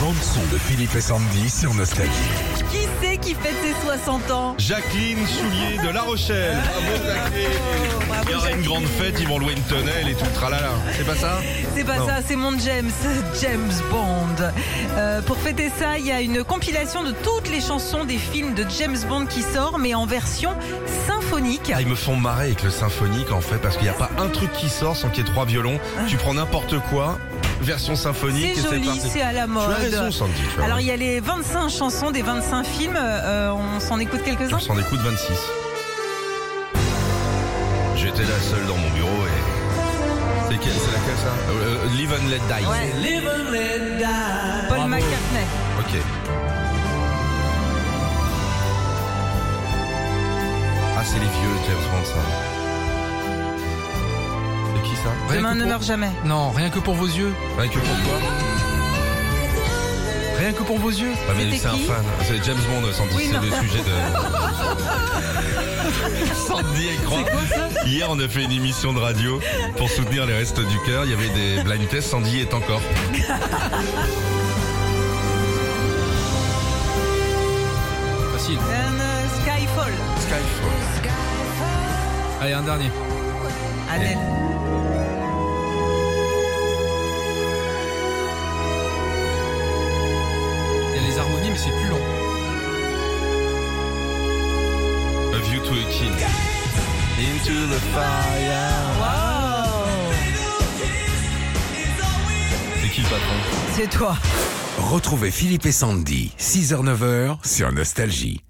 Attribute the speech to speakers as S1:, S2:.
S1: bande son de Philippe et Sandy sur Nostalgie.
S2: Qui c'est qui fête ses 60 ans
S3: Jacqueline Soulier de La Rochelle. Bravo Jacqueline.
S2: Oh, Bravo,
S3: Il y aura une grande fête, ils vont louer une tonnelle et tout le tralala. C'est pas ça
S2: C'est pas
S3: Non.
S2: ça, c'est mon James, James Bond. Euh, pour fêter ça, il y a une compilation de toutes les chansons des films de James Bond qui sort, mais en version symphonique.
S3: Ah, ils me font marrer avec le symphonique en fait parce qu'il n'y a pas un truc qui sort sans qu'il y ait trois violons. Tu prends n'importe quoi, version symphonique
S2: Ah. C'est
S3: et c'est
S2: joli,
S3: parti.
S2: c'est à
S3: Tu
S2: la
S3: as
S2: mode.
S3: raison Sandy, tu as
S2: Alors il
S3: raison.
S2: y a les 25 chansons des 25 films, Euh, on s'en écoute
S3: On
S2: quelques-uns
S3: s'en écoute 26. J'étais là seul dans mon bureau et... C'est quelle- c'est laquelle ça Euh, euh, Live and Let Die.
S2: Ouais.
S3: Ah,
S2: Paul McCartney.
S3: Ok. Ah, c'est les vieux James Bond, ça. C'est qui ça Rien
S2: Demain
S3: que
S2: ne
S3: pour-
S2: meurt jamais.
S4: Non, rien que pour vos yeux.
S3: Rien que pour toi
S4: Rien que pour vos yeux.
S3: Ouais, Ah, mais
S2: C'était
S3: c'est un
S2: qui
S3: fan. C'est James Bond, Sandy.
S2: Oui,
S3: c'est
S2: non.
S3: le sujet de. Sandy écran. Hier, on a fait une émission de radio pour soutenir les restes du cœur. Il y avait des blind tests. Sandy est encore.
S4: Facile.
S2: Un, euh, Skyfall,
S3: Skyfall.
S4: Allez, un dernier.
S2: Adèle.
S4: Il y a les harmonies, mais c'est plus long.
S3: A View to a Kill. Into the fire. C'est qui le patron
S2: C'est toi.
S1: Retrouvez Philippe et Sandy, 6h-9h sur Nostalgie.